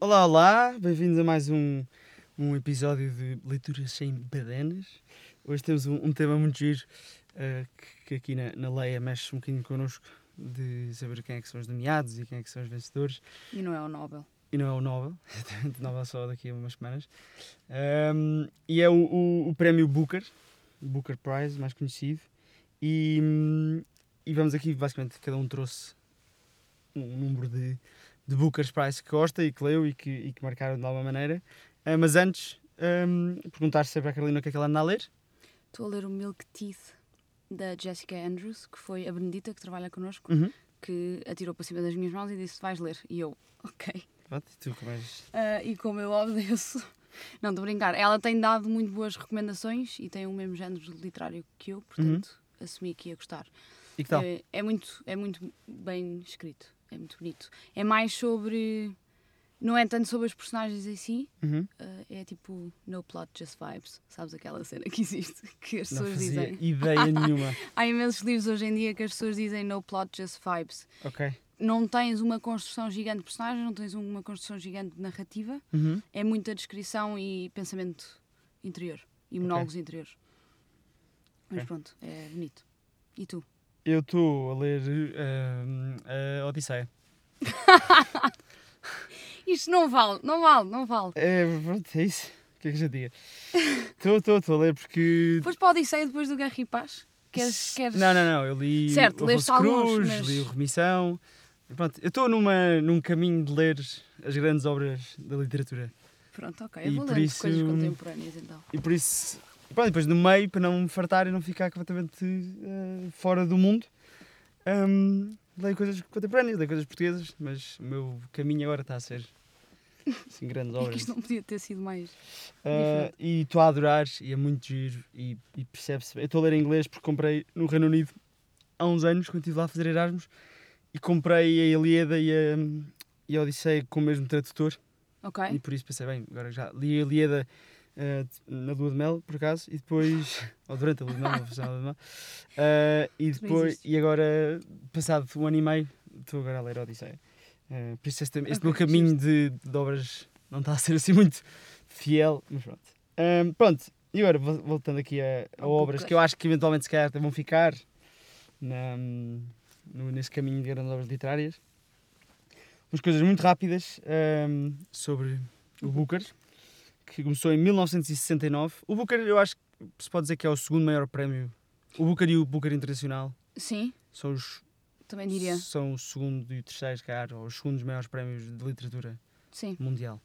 Olá, olá, bem-vindos a mais um, um episódio de Leituras Sem Badanas. Hoje temos um, um tema muito giro eh, que, que aqui na, na Leia mexe um bocadinho connosco de saber quem é que são os nomeados e quem é que são os vencedores. E não é o Nobel. e não é o Nobel, exatamente, Nobel só daqui a umas semanas. Ahm, e é o, o, o prémio Booker, Booker Prize, mais conhecido. E, hum, e vamos aqui, basicamente, cada um trouxe um número de, de Bookers Prize que gosta e que leu e que, e que marcaram de alguma maneira. Ah, mas antes, ahm, perguntar sempre à Carolina o que é que ela anda a ler. Estou a ler o Milk Teeth da Jessica Andrews, que foi a Benedita que trabalha connosco, Uhum. que atirou para cima das minhas mãos e disse: Vais ler. E eu, ok. Pronto, e tu que vais. Ah, e como eu obedeço. Não, estou a brincar. Ela tem dado muito boas recomendações e tem o mesmo género literário que eu, portanto, assumi que ia gostar. E que tal? É, é muito, é muito bem escrito, é muito bonito. É mais sobre. Não é tanto sobre os personagens em si, Uhum. ah, é tipo no plot, just vibes. Sabes aquela cena que existe, que as Não pessoas fazia dizem. ideia nenhuma. Há imensos livros hoje em dia que as pessoas dizem no plot, just vibes. Ok. Não tens uma construção gigante de personagens, não tens uma construção gigante de narrativa, Uhum. é muita descrição e pensamento interior e monólogos interiores. Mas Ok. pronto, é bonito. E tu? Eu estou a ler ahm, a Odisseia. Isto não vale, não vale, não vale. É, pronto, é isso. O que é que já diga? Estou, estou, estou a ler porque. Depois para a Odisseia, depois do Guerra e Paz? Queres, queres... Não, não, não. Eu li Certo, o leste Afonso alguns, Cruz, mas- li o Remissão. Pronto, eu estou numa- num caminho de ler as grandes obras da literatura. Pronto, ok. Eu E vou por ler isso- coisas contemporâneas então. E por isso. Pronto, depois no meio, para não me fartar e não ficar completamente eh, fora do mundo, ahm, leio coisas contemporâneas, leio coisas portuguesas, mas o meu caminho agora está a ser. Assim, grandes É que obras. isto não podia ter sido mais. Uh, Diferente. e estou a adorar, e é muito giro, e, e percebe-se. bem. Eu estou a ler em inglês porque comprei no Reino Unido há uns anos, quando estive lá a fazer Erasmus, e comprei a Ilíada e a, e a Odisseia com o mesmo tradutor, Ok? e por isso pensei, bem, agora já li a Ilíada uh, na Lua de Mel, por acaso, e depois. ou durante a Lua de Mel, não vou fazer nada de Mel. Uh, e, Tu não depois, existes. e agora, passado um ano e meio, estou agora a ler a Odisseia. Uh, por isso, este, este Ok, meu caminho de, de obras não está a ser assim muito fiel, mas pronto. Ahm, pronto, e agora vol- voltando aqui a, a Ao obras Booker. que eu acho que eventualmente se calhar até vão ficar na, no, nesse caminho de grandes obras literárias. Umas coisas muito rápidas ahm, sobre o Booker, que começou em 1969. O Booker, eu acho que se pode dizer que é o segundo maior prémio. O Booker e o Booker Internacional Sim, são os, também diria. são o segundo e o terceiro, se calhar, ou os segundos maiores prémios de literatura Sim. mundial.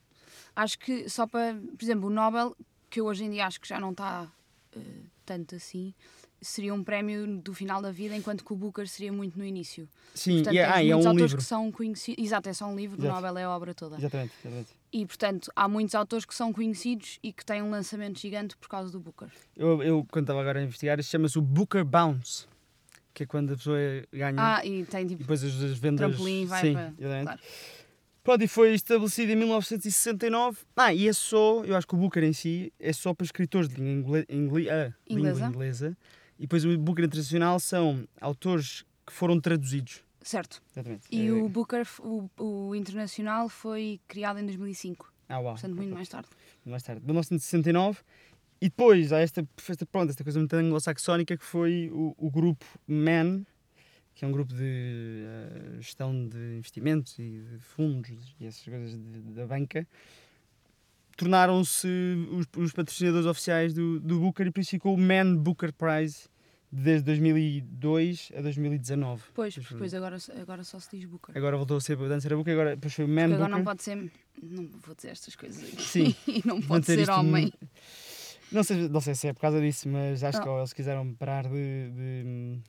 Acho que só para, por exemplo, o Nobel, que eu hoje em dia acho que já não está eh, tanto assim, seria um prémio do final da vida, enquanto que o Booker seria muito no início. Sim, Portanto, e é- tens ah, e é muitos um autores livro. que são conhecidos. Exato, é só um livro, o Exato. Nobel é a obra toda. Exatamente, exatamente. E portanto, há muitos autores que são conhecidos e que têm um lançamento gigante por causa do Booker. Eu, eu quando estava agora a investigar, isso chama-se o Booker Bounce, que é quando a pessoa ganha Ah, e tem e tipo depois as, as vendas. trampolim, vai Sim, para. exatamente. claro. Pronto, e foi estabelecido em 1969. Ah, e é só, eu acho que o Booker em si é só para escritores de língua, ingle, ingle- ah, Inglesa. língua inglesa. E depois o Booker Internacional são autores que foram traduzidos. Certo. Exatamente. E É- o Booker, f- o, o Internacional, foi criado em 2005, Ah, uau. portanto, muito mais tarde. mais tarde, 1969. E depois há esta, esta, pronto, esta coisa muito anglo-saxónica que foi o, o grupo MAN, que é um grupo de eh, gestão de investimentos e de fundos e essas coisas de- da banca, tornaram-se os, os patrocinadores oficiais do, do Booker e por isso ficou o MAN Booker Prize desde 2002 a 2019. Pois, Deixa eu pois agora, agora só se diz Booker. Agora voltou a ser Dancer Booker, agora depois foi o Porque MAN agora Booker. não pode ser. Não vou dizer estas coisas aqui. Sim. e não pode manter ser isto homem. mu- Não sei, não sei se é por causa disso, mas acho Ah. que ou eles quiseram parar de, de,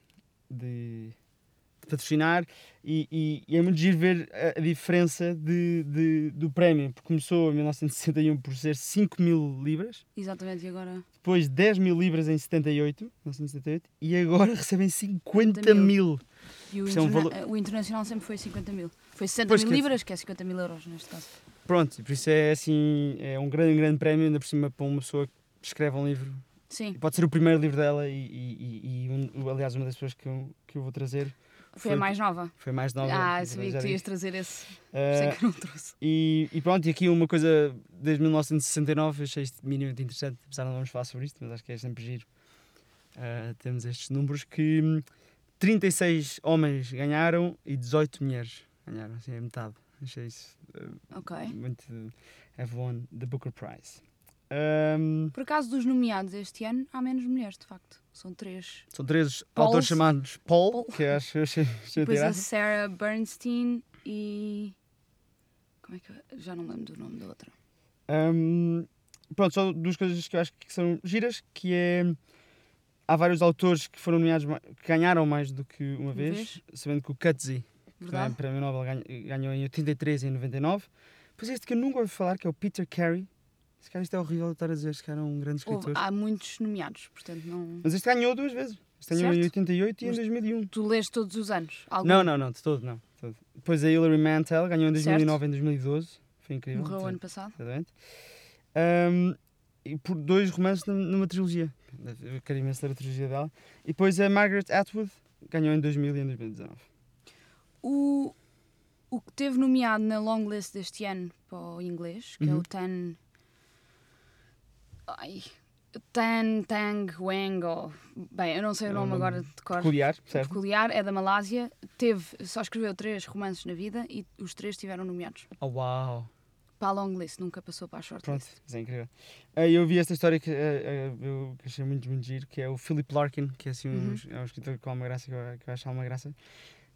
de- de patrocinar e, e- e é muito giro ver a, a diferença de, de- do prémio, porque começou em 1961 por ser 5 mil libras, Exatamente, e agora. depois 10 mil libras em 78, 1978 e agora recebem 50 50 mil. E o, Isto é um interna- valor- eh, o Internacional sempre foi 50 mil. Foi 60 Pois mil que- libras, que é 50 mil euros neste caso. Pronto, e por isso é assim, é um grande, grande prémio, ainda por cima para uma pessoa que escreve um livro. Sim, E pode ser o primeiro livro dela e, e, e- e um- aliás, uma das pessoas que eu, que eu vou trazer foi, Foi- a mais nova. foi a mais nova. ah, eu sabia já que tu ias disse. trazer esse. Por isso Ah, é que eu não trouxe. E, e pronto, e aqui uma coisa desde 1969, eu achei isto minimamente interessante, apesar de não vamos falar sobre isto, mas acho que é sempre giro. Ah, temos estes números que hum, 36 homens ganharam e 18 mulheres ganharam, assim, é metade. Achei isso ah, Ok. muito. Have won the Booker Prize. Ah, Ahm, Por acaso, dos nomeados este ano, há menos mulheres, de facto. São três. são três Pauls. autores chamados Paul, Paul. é. que eu acho eu achei, achei Depois a graça. Sarah Bernstein e. Como é que. eu- Já não lembro do nome da outra. Hum, pronto, só duas coisas que eu acho que são giras, que é há vários autores que foram nomeados ma- que ganharam mais do que uma, Uma vez, sabendo que o Cutsy, que também é Verdade? prémio Nobel, ganha- ganhou em 83 e em 99. Pois este que eu nunca ouvi falar, que é o Peter Carey. Este cara, isto é horrível de estar a dizer, este cara é um grande escritor. Houve- ah. há muitos nomeados, portanto não. Mas este ganhou duas vezes. Este ganhou em Certo. 88 e em Mas- 2001. Tu lês todos os anos? Algum Não, não, não, de todo, não. de todo. Depois a Hilary Mantel ganhou em Certo. 2009 e em 2012. Foi incrível. morreu Portanto, ano passado? Exatamente. Tá Ahm, e por dois romances num- numa trilogia. Eu quero imenso ler a trilogia dela. E depois a Margaret Atwood ganhou em 2000 e em 2019. O, o que teve nomeado na long list deste ano para o inglês, que é Uhum. o Tan. Ai. Tan Tang Wang, ou. Bem, eu não sei É o um nome nome agora de cor. Peculiar, certo? Peculiar, é da Malásia, teve, só escreveu três romances na vida e os três estiveram nomeados. Oh, uau! Para a long list, nunca passou para a short Pronto, list. mas é incrível. Ah, Eu vi esta história que ah, ah, eu que achei muito, muito giro, que é o Philip Larkin, que é, assim um, Uhum. é um escritor com uma graça, que eu, que eu acho uma graça.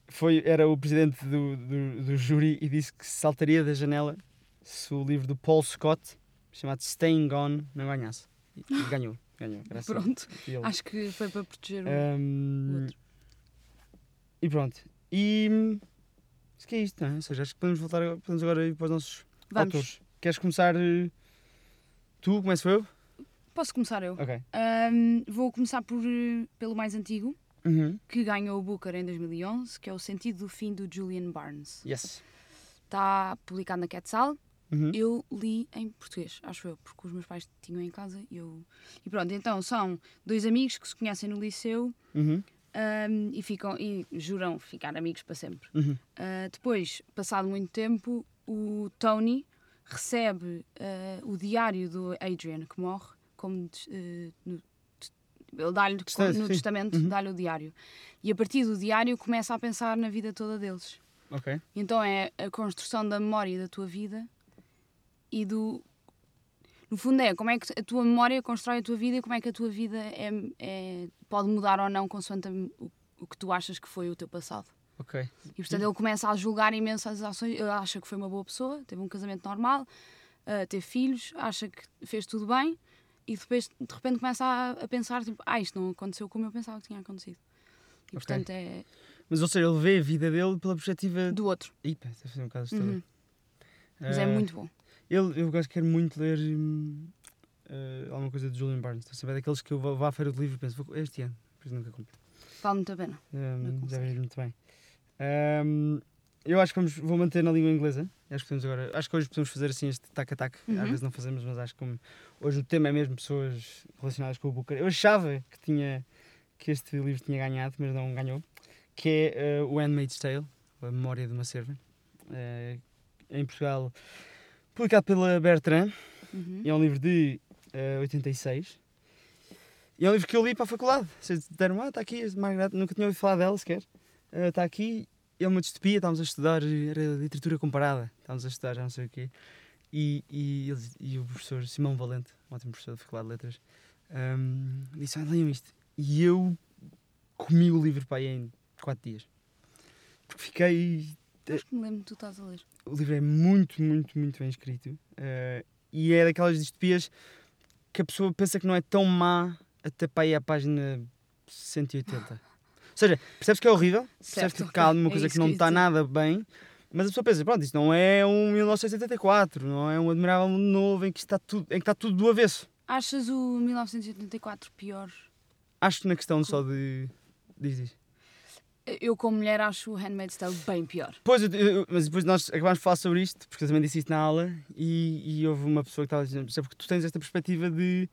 Foi, era o presidente do, do, do júri e disse que saltaria da janela se o livro do Paul Scott, chamado Staying Gone, não ganhasse. E, e ganhou, ganhou. Graças a É, Pronto, ele. acho que foi para proteger o. Ahm, o outro. E pronto. E hum, acho que é isto, não é? Ou seja, acho que podemos voltar agora, podemos agora ir para os nossos Vamos, autores. Queres começar eh, tu? Começo eu? posso começar eu. Ok. Ahm, vou começar por, eh, pelo mais antigo, Uhum. que ganhou o Booker em 2011, que é O Sentido do Fim do Julian Barnes. Yes. Está publicado na Quetzal. Uhum. Eu li em português, acho eu, porque os meus pais tinham em casa e eu. E pronto, então são dois amigos que se conhecem no liceu Uhum. ahm, e, ficam, e juram ficar amigos para sempre. Uhum. Ah, depois, passado muito tempo, o Tony recebe ah, o diário do Adrian, que morre, como des- eh, no- t- ele dá-lhe como Testamento, no sim. Uhum. testamento, dá-lhe o diário. E a partir do diário começa a pensar na vida toda deles. Ok. Então é a construção da memória da tua vida e do. No fundo é como é que a tua memória constrói a tua vida e como é que a tua vida é, é- pode mudar ou não consoante a- o, o que tu achas que foi o teu passado. Ok. E portanto ele começa a julgar imenso as ações. Ele acha que foi uma boa pessoa, teve um casamento normal, ah, teve filhos, acha que fez tudo bem e depois de repente começa a, a pensar: tipo, ah, isto não aconteceu como eu pensava que tinha acontecido. E Ok. portanto é Mas ou seja, ele vê a vida dele pela perspectiva. Do... do outro, Ih, pá, deve ser um caso Uhum. uhum. mas Eh, é muito bom. Ele, eu gosto, quero muito ler hum, eh, alguma coisa de Julian Barnes. Estou a saber daqueles que eu vou, vou à feira do livro e penso, vou, este ano, depois nunca compro. Vale muito a pena. Hum, já conselho. vejo muito bem. Hum, eu acho que vamos, vou manter na língua inglesa. Acho que, podemos agora, acho que hoje podemos fazer assim este tac-a-tac. Uhum. Às vezes não fazemos, mas acho que como hoje o tema é mesmo pessoas relacionadas com o Booker. Eu achava que, tinha, que este livro tinha ganhado, mas não ganhou. Que é eh, o Handmaid's Tale, A Memória de uma Serva. eh, em Portugal, publicado pela Bertrand. Uhum. E é um livro de eh, 86. E é um livro que eu li para a faculdade. Vocês deram, ah, está aqui, este Margaret, nunca tinha ouvido falar dela sequer. Eh, Está aqui, é uma distopia, estávamos a estudar, eh, era literatura comparada, estávamos a estudar já não sei o quê. E, e, eles- e o professor Simão Valente, um ótimo professor da Faculdade de Letras, ehm, disse, ah, leiam isto. E eu comi o livro para aí em 4 dias. Porque fiquei Acho que me lembro que tu estás a ler. o livro é muito, muito, muito bem escrito. eh, e é daquelas distopias que a pessoa pensa que não é tão má até para ir à página 180. Ou seja, percebes que é horrível, percebes Certo, tipo, ok. que há alguma É coisa isso que não que eu ia está dizer. nada bem, mas a pessoa pensa, pronto, isto não é um 1984, não é um Admirável Mundo Novo em que está tudo, em que está tudo do avesso. Achas o 1984 pior? Acho que na questão só de... Diz, diz. Eu, como mulher, acho o Handmaid's Tale bem pior. Pois, eu- eu- mas depois nós acabámos de falar sobre isto, porque eu também disse isto na aula, e, e houve uma pessoa que estava a dizer, "Isso é porque tu tens esta perspectiva de...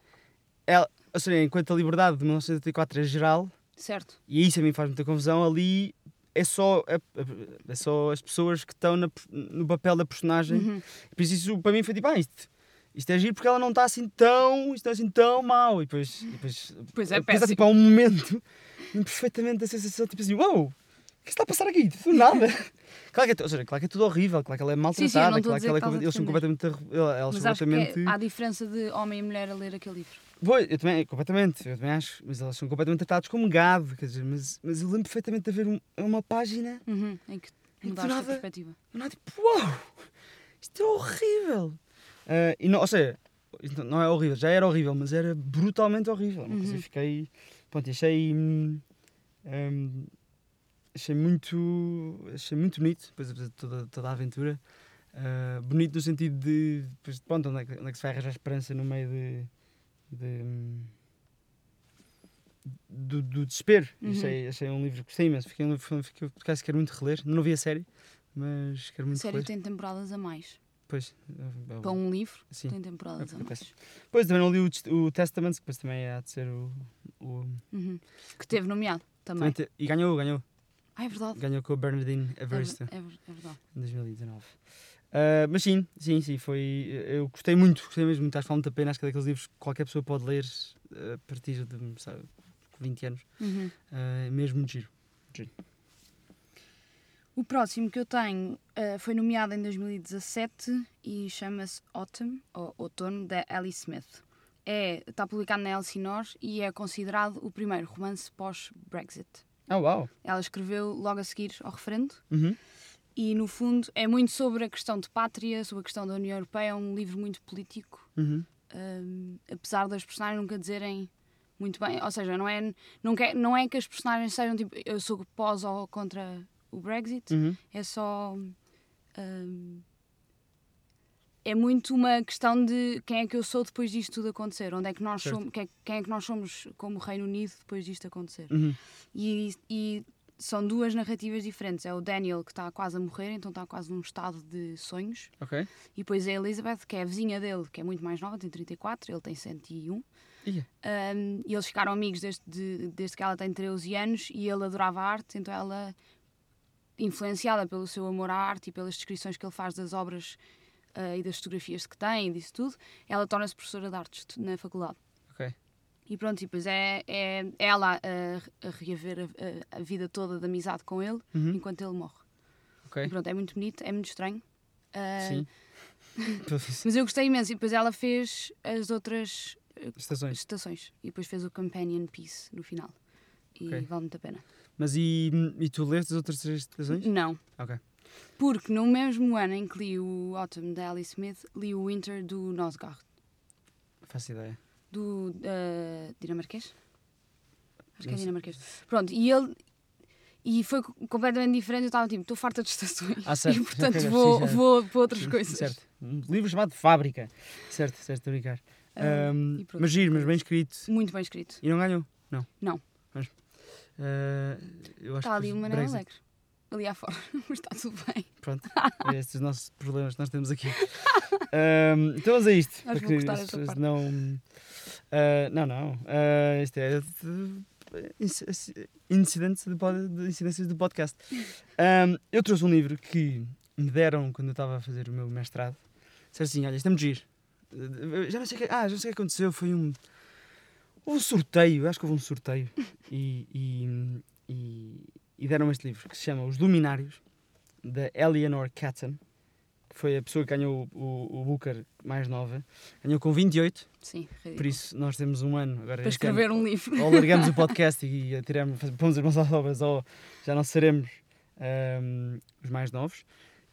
Ela, ou seja, enquanto a liberdade de 1984 é geral, Certo? e isso a mim faz muita confusão, ali é só, a- a- é só as pessoas que estão na per- no papel da personagem. Uhum. Por isso, isso para mim foi tipo, ah, isto, isto é giro porque ela não está assim tão, isto não é assim tão mau. E depois, e depois Pois é, eu pensava, péssimo. tipo, há um momento perfeitamente a sensação, tipo assim, uau, o que está a passar aqui? Tipo, Do nada. claro que é, tu- ou seja, claro que é tudo horrível, claro que ela é sim, maltratada, eu não estou claro a que, dizer ela é que com- eles são estás completamente, arru- elas Mas são acho que é- completamente... há diferença de homem e mulher a ler aquele livro. Pois, eu também, completamente, eu também acho, mas elas são completamente tratadas como gado, quer dizer, mas, mas eu lembro perfeitamente de haver um- uma página, Uhum, Em que que mudaste a nada- perspectiva. eu não tipo, uau, isto é horrível. Ah, e não, ou seja, isto não é horrível, já era horrível, mas era brutalmente horrível. Uma coisa, Uhum. eu fiquei, pronto, e achei, hum, hum, achei muito, achei muito bonito, depois de toda, toda a aventura. Ah, bonito no sentido de, depois, pronto, onde é, que, onde é que se vai arranjar esperança no meio de... de, hum, do, do desespero. E Uhum. Achei, achei um livro que gostei imenso. Fiquei um livro foi um livro que eu, por acaso, quero muito reler. Não vi a série, mas quero muito Sério, reler. tem temporadas a mais. Pois, é Para um livro, Tá Sim. tem temporadas a mais. Acontece. Pois, também não li o, test- o Testament, que depois também há de ser o. o- Uhum. Que teve nomeado também também. te- e ganhou, ganhou. Ah, é verdade. Ganhou com a Bernadine É, Evaristo ver- é ver- é verdade. em 2019. Ah, mas sim, sim, sim, foi. Eu gostei muito, gostei mesmo muito. Acho que vale muito a pena. Acho que é daqueles livros que qualquer pessoa pode ler eh, a partir de, sabe, 20 anos. Uhum. Ah, É mesmo muito giro. O próximo que eu tenho eh, foi nomeado em 2017 e chama-se Autumn, ou Outono, da Ellie Smith. É, está publicado na Elsinore e é considerado o primeiro romance pós-Brexit. Ah, uau! Ela escreveu logo a seguir ao referendo Uhum. e, no fundo, é muito sobre a questão de pátria, sobre a questão da União Europeia, é um livro muito político Uhum. Hum, apesar das personagens nunca dizerem muito bem, ou seja, não é, não quer, não é que as personagens sejam tipo eu sou pós ou contra o Brexit, Uhum. é só hum, é muito uma questão de quem é que eu sou depois disto tudo acontecer, onde é que nós Certo. somos, quem é, quem é que nós somos como Reino Unido depois disto acontecer. Uhum. E, e são duas narrativas diferentes. É o Daniel que está quase a morrer, então está quase num estado de sonhos. Ok. E depois a Elizabeth, que é a vizinha dele, que é muito mais nova, tem 34, ele tem 101. Ia. Um, e eles ficaram amigos desde, de- desde que ela tem 13 anos e ele adorava a arte, então ela, influenciada pelo seu amor à arte e pelas descrições que ele faz das obras ah, e das fotografias que tem e disso tudo, ela torna-se professora de artes t- na faculdade. Ok. E pronto, e depois é, é ela a, a reaver a- a, a vida toda de amizade com ele Uhum. enquanto ele morre. E Ok. pronto, é muito bonito, é muito estranho. Ah, Sim. Todas mas eu gostei imenso. E depois ela fez as outras eh, as estações. estações. E depois fez o Companion Piece no final. E Ok. vale muito a pena. Mas e, e tu leste as outras três estações? Não. Ok. Porque no mesmo ano em que li o Autumn da Alice Smith, li o Winter do Nosgard. Faço ideia. Do eh, dinamarquês? Acho que é Não sei. dinamarquês. Pronto, e ele. E foi co- completamente diferente. Eu estava tipo, estou farta de estações. Ah, certo. E portanto Ok, já vou, percebi, já. vou para outras coisas. Certo. Um livro chamado Fábrica. Certo, certo, estou a brincar. Ah, Ahm, e pronto. mas giro, mas bem escrito. Muito bem escrito. E não ganhou? Não. Não. Mas, ah, eu acho que Está Tá ali o os Manuel Brexit- Alegre. Ali à fora. Mas está tudo bem. Pronto, é estes os nossos problemas que nós temos aqui. Ahm, então vamos a isto. Acho que vou porque cortar as esta pessoas parte. não. Ah, não, não. Ah, isto é. de- inci- Incidentes de, pod- de incidências do podcast. Ahm, eu trouxe um livro que me deram quando eu estava a fazer o meu mestrado. Disseram assim: olha, isto é muito giro. Eh, Já não sei o que, ah, já não sei o que aconteceu. Foi um. Um sorteio, acho que houve um sorteio. E, e, e, e deram este livro que se chama Os Dominários, da Eleanor Catton, que foi a pessoa que ganhou o, o, o Booker mais nova. Ganhou com 28, Sim, ridículo. por isso nós temos um ano agora. para este escrever ano, um livro. Ou largamos o podcast e atiramos, faz- pomos as mãos às obras, ou já não seremos ahm, os mais novos.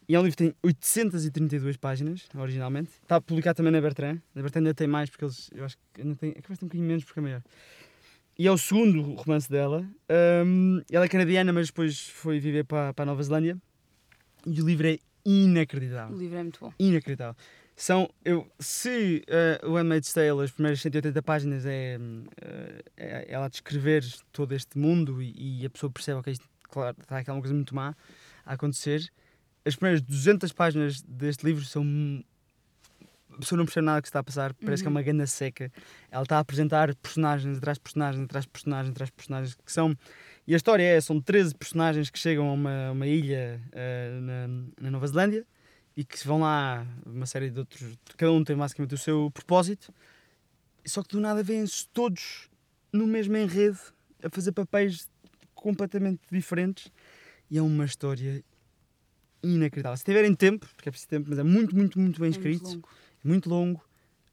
E é um livro que tem 832 páginas, originalmente. Está publicado também na Bertrand. Na Bertrand ainda tem mais, porque eles, eu acho que ainda tem, acabaste um bocadinho menos, porque é maior. E é o segundo romance dela. Ahm, ela é canadiana, mas depois foi viver para, para a Nova Zelândia. E o livro é inacreditável O livro é muito bom. inacreditável. São, eu, se eh, o Handmaid's Tale, as primeiras 180 páginas, é, hum, eh, é ela a descrever todo este mundo e, e a pessoa percebe, ok, isto claro, está aqui alguma coisa muito má a acontecer. As primeiras 200 páginas deste livro são. A pessoa não percebe nada do que se está a passar, parece que é uma Uhum. ganda seca. Ela está a apresentar personagens atrás de personagens, atrás de personagens, atrás de personagens, que são. E a história é: são 13 personagens que chegam a uma, uma ilha eh, na, na Nova Zelândia e que vão lá, uma série de outros. Cada um tem basicamente o seu propósito, só que do nada vêm-se todos no mesmo enredo a fazer papéis completamente diferentes e é uma história inacreditável. Se tiverem tempo, porque é preciso tempo, mas é muito, muito, muito bem É muito escrito, longo. é muito longo,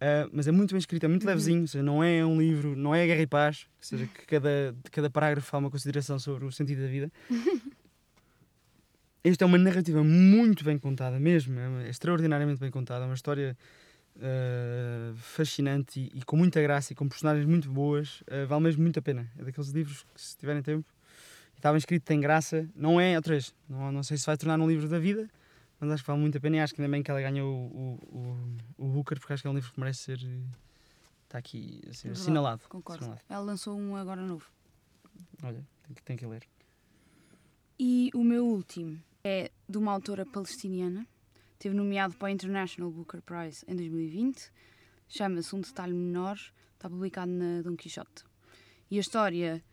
ah, mas é muito bem escrito, é muito levezinho, ou seja, não é um livro, não é Guerra e Paz, ou seja, que cada, de cada parágrafo há uma consideração sobre o sentido da vida. Esta é uma narrativa muito bem contada, mesmo, é uma- é extraordinariamente bem contada, é uma história ah, fascinante e, e com muita graça e com personagens muito boas, ah, vale mesmo muito a pena. É daqueles livros que, se tiverem tempo, e estava escrito, tem graça, não é, outra vez, não, não sei se vai tornar um livro da vida, mas acho que vale muito a pena e acho que ainda bem que ela ganhou o, o, o, o Booker, porque acho que é um livro que merece ser. eh, Está aqui a ser É verdade, assinalado. Concordo. assinalado. Ela lançou um agora novo. Olha, tem que, tem que ler. E o meu último é de uma autora palestiniana. Teve nomeado para o International Booker Prize em 2020. Chama-se Um Detalhe Menor. Está publicado na Dom Quixote. E a história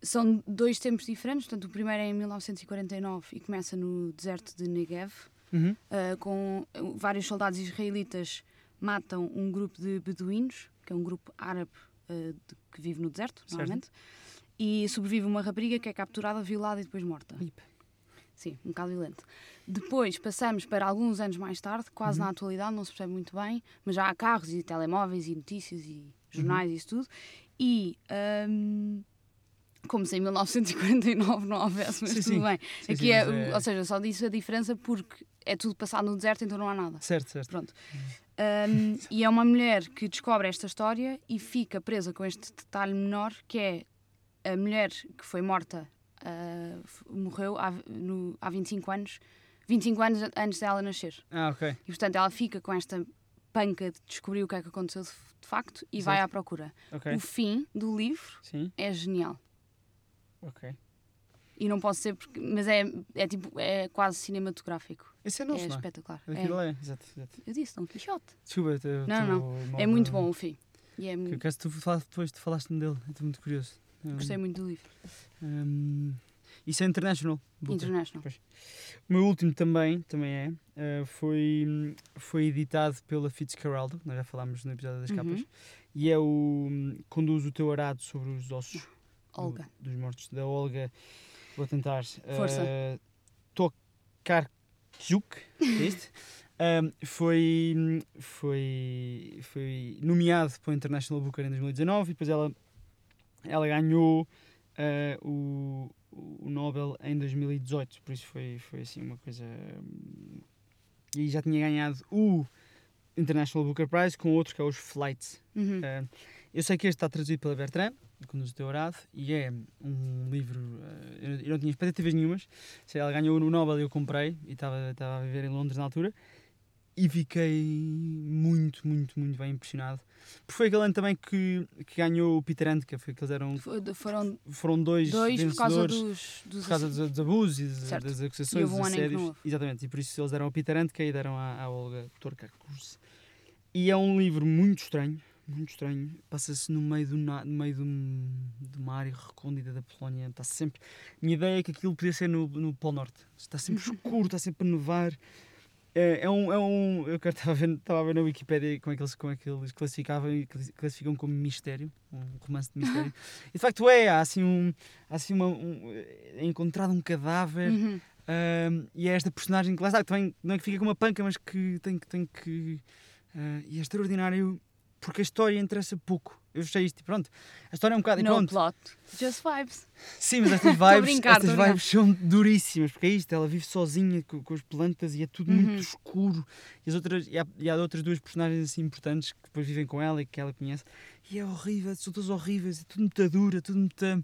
são dois tempos diferentes. Portanto, o primeiro é em 1949 e começa no deserto de Negev. Uhum. Uh, com uh, vários soldados israelitas matam um grupo de beduínos, que é um grupo árabe uh, de- que vive no deserto, Certo. normalmente, e sobrevive uma rapariga que é capturada, violada e depois morta. Sim, um bocado violento. Depois passamos para alguns anos mais tarde, quase Uhum. na atualidade, não se percebe muito bem, mas já há carros e telemóveis e notícias Uhum. e jornais e isso tudo. E hum, como se em 1949 não houvesse, mas Sim, tudo sim. bem. Sim, Aqui sim, é, mas é- ou seja, só disse a diferença porque é tudo passado no deserto, então não há nada. Certo, certo. Pronto. Um, e é uma mulher que descobre esta história e fica presa com este detalhe menor que é a mulher que foi morta ah, f- morreu há, v- no, há 25 anos 25 anos a- antes dela nascer Ah, ok. e portanto ela fica com esta panca de descobrir o que é que aconteceu de, f- de facto e vai Exato. à procura Ok. o fim do livro Sim, é genial ok. e não posso dizer porque, mas é, é tipo é quase cinematográfico Esse é é nosso, não é? espetacular É É. daquilo é. Exato, exato. eu disse Dom Quixote Desculpa, eu te- Não, te- não. vou- mal- é muito bom o fim e é, mu- Que, caso tu falaste, depois tu falaste-me dele, estou muito curioso. Hum, gostei muito do livro hum, isso é international. Booker. International O meu último também, também é, eh, foi, foi editado pela Fitzcarraldo, nós já falámos no episódio das Uhum. capas, e é o hum, Conduz o Teu Arado sobre os Ossos do- Olga. dos Mortos, da Olga. Vou tentar. Força. eh, Tokarczuk, é isto? Hum, foi, foi, foi nomeado para o International Booker em 2019 e depois ela, ela ganhou eh, o, o Nobel em 2018, por isso foi, foi assim uma coisa. hum, E já tinha ganhado o International Booker Prize com outro que é os Flights. Uhum. Eh, eu sei que este está traduzido pela Bertrand, do Conduz o Teu Arado, e é um livro. eh, eu, não- eu não tinha expectativas nenhumas. Sei, ela ganhou o Nobel e eu comprei, e estava estava a viver em Londres na altura. E fiquei muito, muito, muito bem impressionado. Porque foi aquele ano também que, que ganhou o Peter Handke, foi que eles eram Fo- de- Foram foram dois, dois É. vencedores por causa dos. dos por causa dos, dos abusos e das, Certo. das E acusações, houve dos um ano em que não assédios. houve. Exatamente, e por isso eles deram ao Peter Handke e deram à, à Olga Torkakurs. E é um livro muito estranho, muito estranho. Passa-se no meio, do, na- no meio de, um- de uma área recôndita da Polónia. Está sempre... Minha ideia é que aquilo podia ser no, no Polo Norte. Está sempre Uhum. escuro, está sempre a nevar. É, é um, é um... Eu estava a ver, estava a ver na Wikipédia como é que eles, como é que eles classificavam, e classi- classificam como mistério. Um romance de mistério. e de facto é, há assim um há assim uma, um- é encontrado um cadáver Uhum. ahm, e é esta personagem que lá está, que também não é que fica com uma panca, mas que tem que. Tem que ah, e é extraordinário porque a história interessa pouco. Eu fechei isto e pronto. A história é um bocado. e Ah, No pronto. plot. Just vibes. Sim, mas estas vibes, brincar, estas tô a vibes são duríssimas, porque é isto, ela vive sozinha co- com, as plantas e é tudo Uhum. muito escuro. E, as outras, e, há, e há outras duas personagens assim importantes que depois vivem com ela e que ela conhece. E é horrível, são todas horríveis, é tudo muito dura, tudo muito. eh,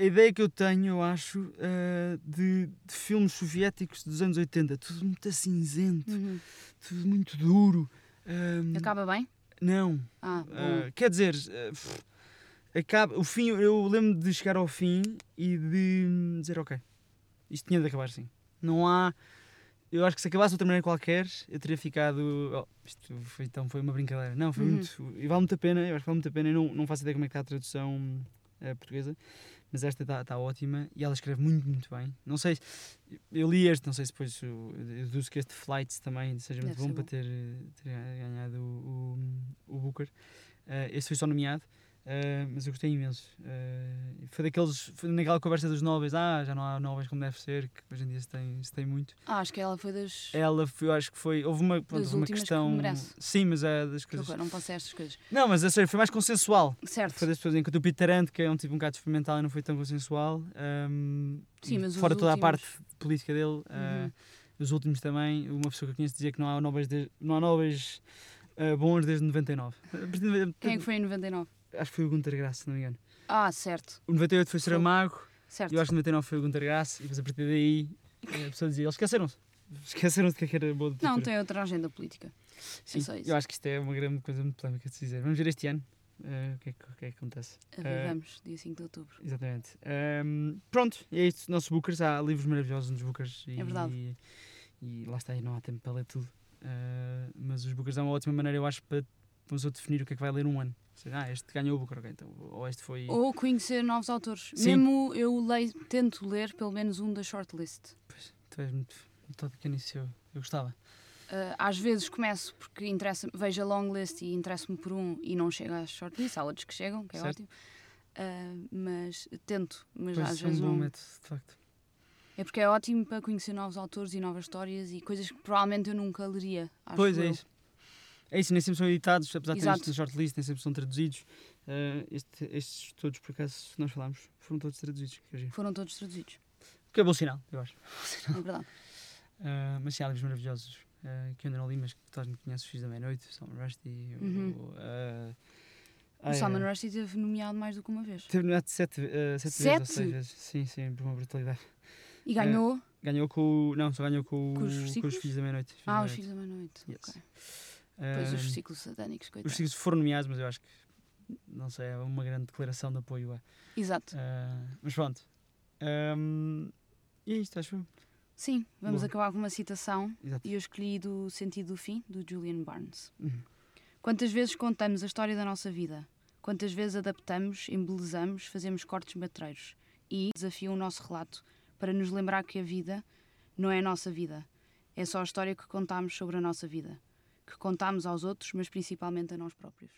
A ideia que eu tenho, eu acho, eh, de, de filmes soviéticos dos anos 80, tudo muito cinzento, Uhum. tudo muito duro. Ahm, Acaba bem? Não, É. Ah, bom. Uh, quer dizer, uh, pff, acaba, o fim, eu lembro de chegar ao fim e de dizer, ok, isto tinha de acabar assim. Não há. Eu acho que se acabasse de outra maneira qualquer, eu teria ficado. "Oh, isto foi, então foi uma brincadeira. Não, foi Uhum. muito. E vale muito a pena, eu acho que vale muito a pena. Eu não, não faço ideia como é que está a tradução eh, portuguesa, mas esta está está ótima e ela escreve muito, muito bem. Não sei. se- Eu li este, não sei se depois. o- Eu deduzo que este Flights também seja muito Deve bom, ser para ter, eh, ter ganhado o, o, o Booker. Eh, este foi só nomeado. Uh, mas eu gostei imenso. Uh, foi daqueles. Foi naquela conversa dos nobres, ah, já não há nobres como deve ser, que hoje em dia se tem, se tem muito. Ah, acho que ela foi das. Ela, foi, eu acho que foi. Houve uma, pronto, Das houve uma últimas que questão. merece. Sim, mas é das Que coisas. horror, não posso ser estas coisas. Não, mas a sério, foi mais consensual. Certo. Foi das pessoas, enquanto o Peter Ant, que é um tipo um bocado experimental e não foi tão consensual. um, Sim, mas os fora toda últimos- a parte política dele. uh, Uhum. os últimos também, uma pessoa que eu conheço dizia que não há nobres, de- não há nobres uh, bons desde 99. Quem é que foi em 99? Acho que foi o Gunter Grass, se não me engano. Ah, certo. O 98 foi Foi. Saramago, Certo. eu acho que 99 foi o Gunter Grass, e depois a partir daí eh, a pessoa dizia: eles esqueceram-se. Esqueceram-se de que era boa literatura. Não, tem outra agenda política. Sim, é só isso. Eu acho que isto é uma grande coisa muito polémica de se dizer. Vamos ver este ano eh, o, que é, que- o que é que acontece. Eh, Vamos, dia 5 de outubro. Exatamente. Ahm, pronto, é isto. Nossos bookers. Há livros maravilhosos nos bookers. E, É verdade. E, lá está, e não há tempo para ler tudo. Ah, mas os bookers é uma ótima maneira, eu acho, para para uma pessoa definir o que é que vai ler um ano. Ou seja, ah, este ganhou o booker, ok, então, ou este foi. Ou conhecer novos autores. Sim. Mesmo eu leio, tento ler pelo menos um da shortlist. Pois, tu és muito metódica nisso, eu, eu gostava. Ah, às vezes começo porque interessa vejo a long list e interesso-me por um e não chego à shortlist. Há outros que chegam, que é Certo. ótimo. Ah, mas tento, mas Pois, às isso é um vezes bom não. método, de facto. É porque é ótimo para conhecer novos autores e novas histórias e coisas que provavelmente eu nunca leria. Acho pois é eu. isso. É isso, nem sempre são editados, apesar de terem Exato. isto na shortlist, nem sempre são traduzidos. Ah, este- estes todos, por acaso, nós falámos, foram todos traduzidos. Que é giro. Foram todos traduzidos, Que é bom sinal, eu acho. é verdade. Ah, mas sim, há livros maravilhosos ah, que eu ainda não li, mas que toda a gente conhece, Os Filhos da Meia-Noite, o Salman Rushdie. o- Uhum. o, ah, o ai, Salman ai. Rushdie teve nomeado mais do que uma vez. Teve nomeado sete, ah, sete, vezes Sete? ou seis vezes. Sim, sim, por uma brutalidade. É, E ganhou. Ganhou com o. Não, só ganhou com, o- Com os com versículos? os Filhos da Meia-Noite. Filhos da ah, Os Meia-Noite. Filhos da Meia-Noite. Yes. ok. Pois Ah, os é. ciclos satânicos, Os coitados. signos foram nomeados, mas eu acho que não sei, é uma grande declaração de apoio. É. Exato. Ah, mas pronto. Ahm, e é isto, acho eu. Sim, vamos Boa. acabar com uma citação Exato. e eu escolhi do Sentido do Fim, do Julian Barnes. Uhum. Quantas vezes contamos a história da nossa vida? Quantas vezes adaptamos, embelezamos, fazemos cortes matreiros e desafiam o nosso relato para nos lembrar que a vida não é a nossa vida, é só a história que contamos sobre a nossa vida, que contamos aos outros, mas principalmente a nós próprios.